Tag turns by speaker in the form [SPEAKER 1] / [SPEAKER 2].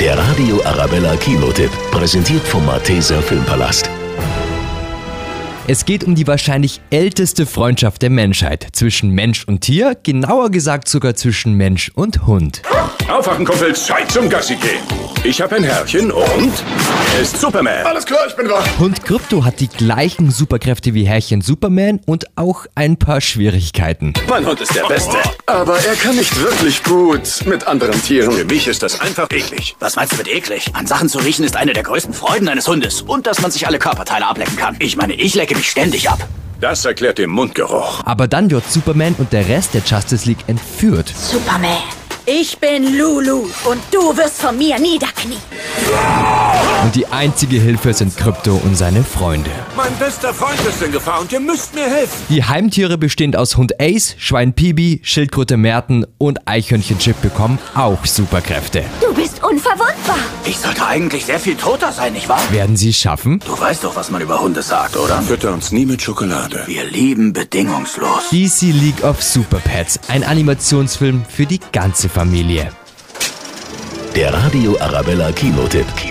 [SPEAKER 1] Der Radio Arabella Kinotipp, präsentiert vom Malteser Filmpalast.
[SPEAKER 2] Es geht um die wahrscheinlich älteste Freundschaft der Menschheit zwischen Mensch und Tier, genauer gesagt sogar zwischen Mensch und Hund.
[SPEAKER 3] Aufwachen, Kumpel, Zeit zum Gassi gehen. Ich habe ein Herrchen und er ist Superman.
[SPEAKER 4] Alles klar, ich bin wach.
[SPEAKER 2] Hund Krypto hat die gleichen Superkräfte wie Herrchen Superman und auch ein paar Schwierigkeiten.
[SPEAKER 3] Mein Hund ist der Beste.
[SPEAKER 4] Aber er kann nicht wirklich gut mit anderen
[SPEAKER 3] Für
[SPEAKER 4] Tieren.
[SPEAKER 3] mich ist das einfach eklig.
[SPEAKER 5] Was meinst du mit eklig? An Sachen zu riechen ist eine der größten Freuden eines Hundes. Und dass man sich alle Körperteile ablecken kann. Ich meine, ich lecke mich ständig ab.
[SPEAKER 3] Das erklärt den Mundgeruch.
[SPEAKER 2] Aber dann wird Superman und der Rest der Justice League entführt.
[SPEAKER 6] Superman. Ich bin Lulu und du wirst von mir niederknien.
[SPEAKER 2] Und die einzige Hilfe sind Krypto und seine Freunde.
[SPEAKER 3] Mein bester Freund ist in Gefahr und ihr müsst mir helfen.
[SPEAKER 2] Die Heimtiere bestehend aus Hund Ace, Schwein Pibi, Schildkröte Merten und Eichhörnchen Chip bekommen auch Superkräfte.
[SPEAKER 6] Du bist unverwundbar.
[SPEAKER 5] Ich sollte eigentlich sehr viel toter sein, nicht wahr?
[SPEAKER 2] Werden sie es schaffen?
[SPEAKER 5] Du weißt doch, was man über Hunde sagt, oder?
[SPEAKER 3] Fütter uns nie mit Schokolade.
[SPEAKER 5] Wir lieben bedingungslos.
[SPEAKER 2] DC League of Super Pets, ein Animationsfilm für die ganze Familie.
[SPEAKER 1] Der Radio Arabella Kinotipp. Kinotipp.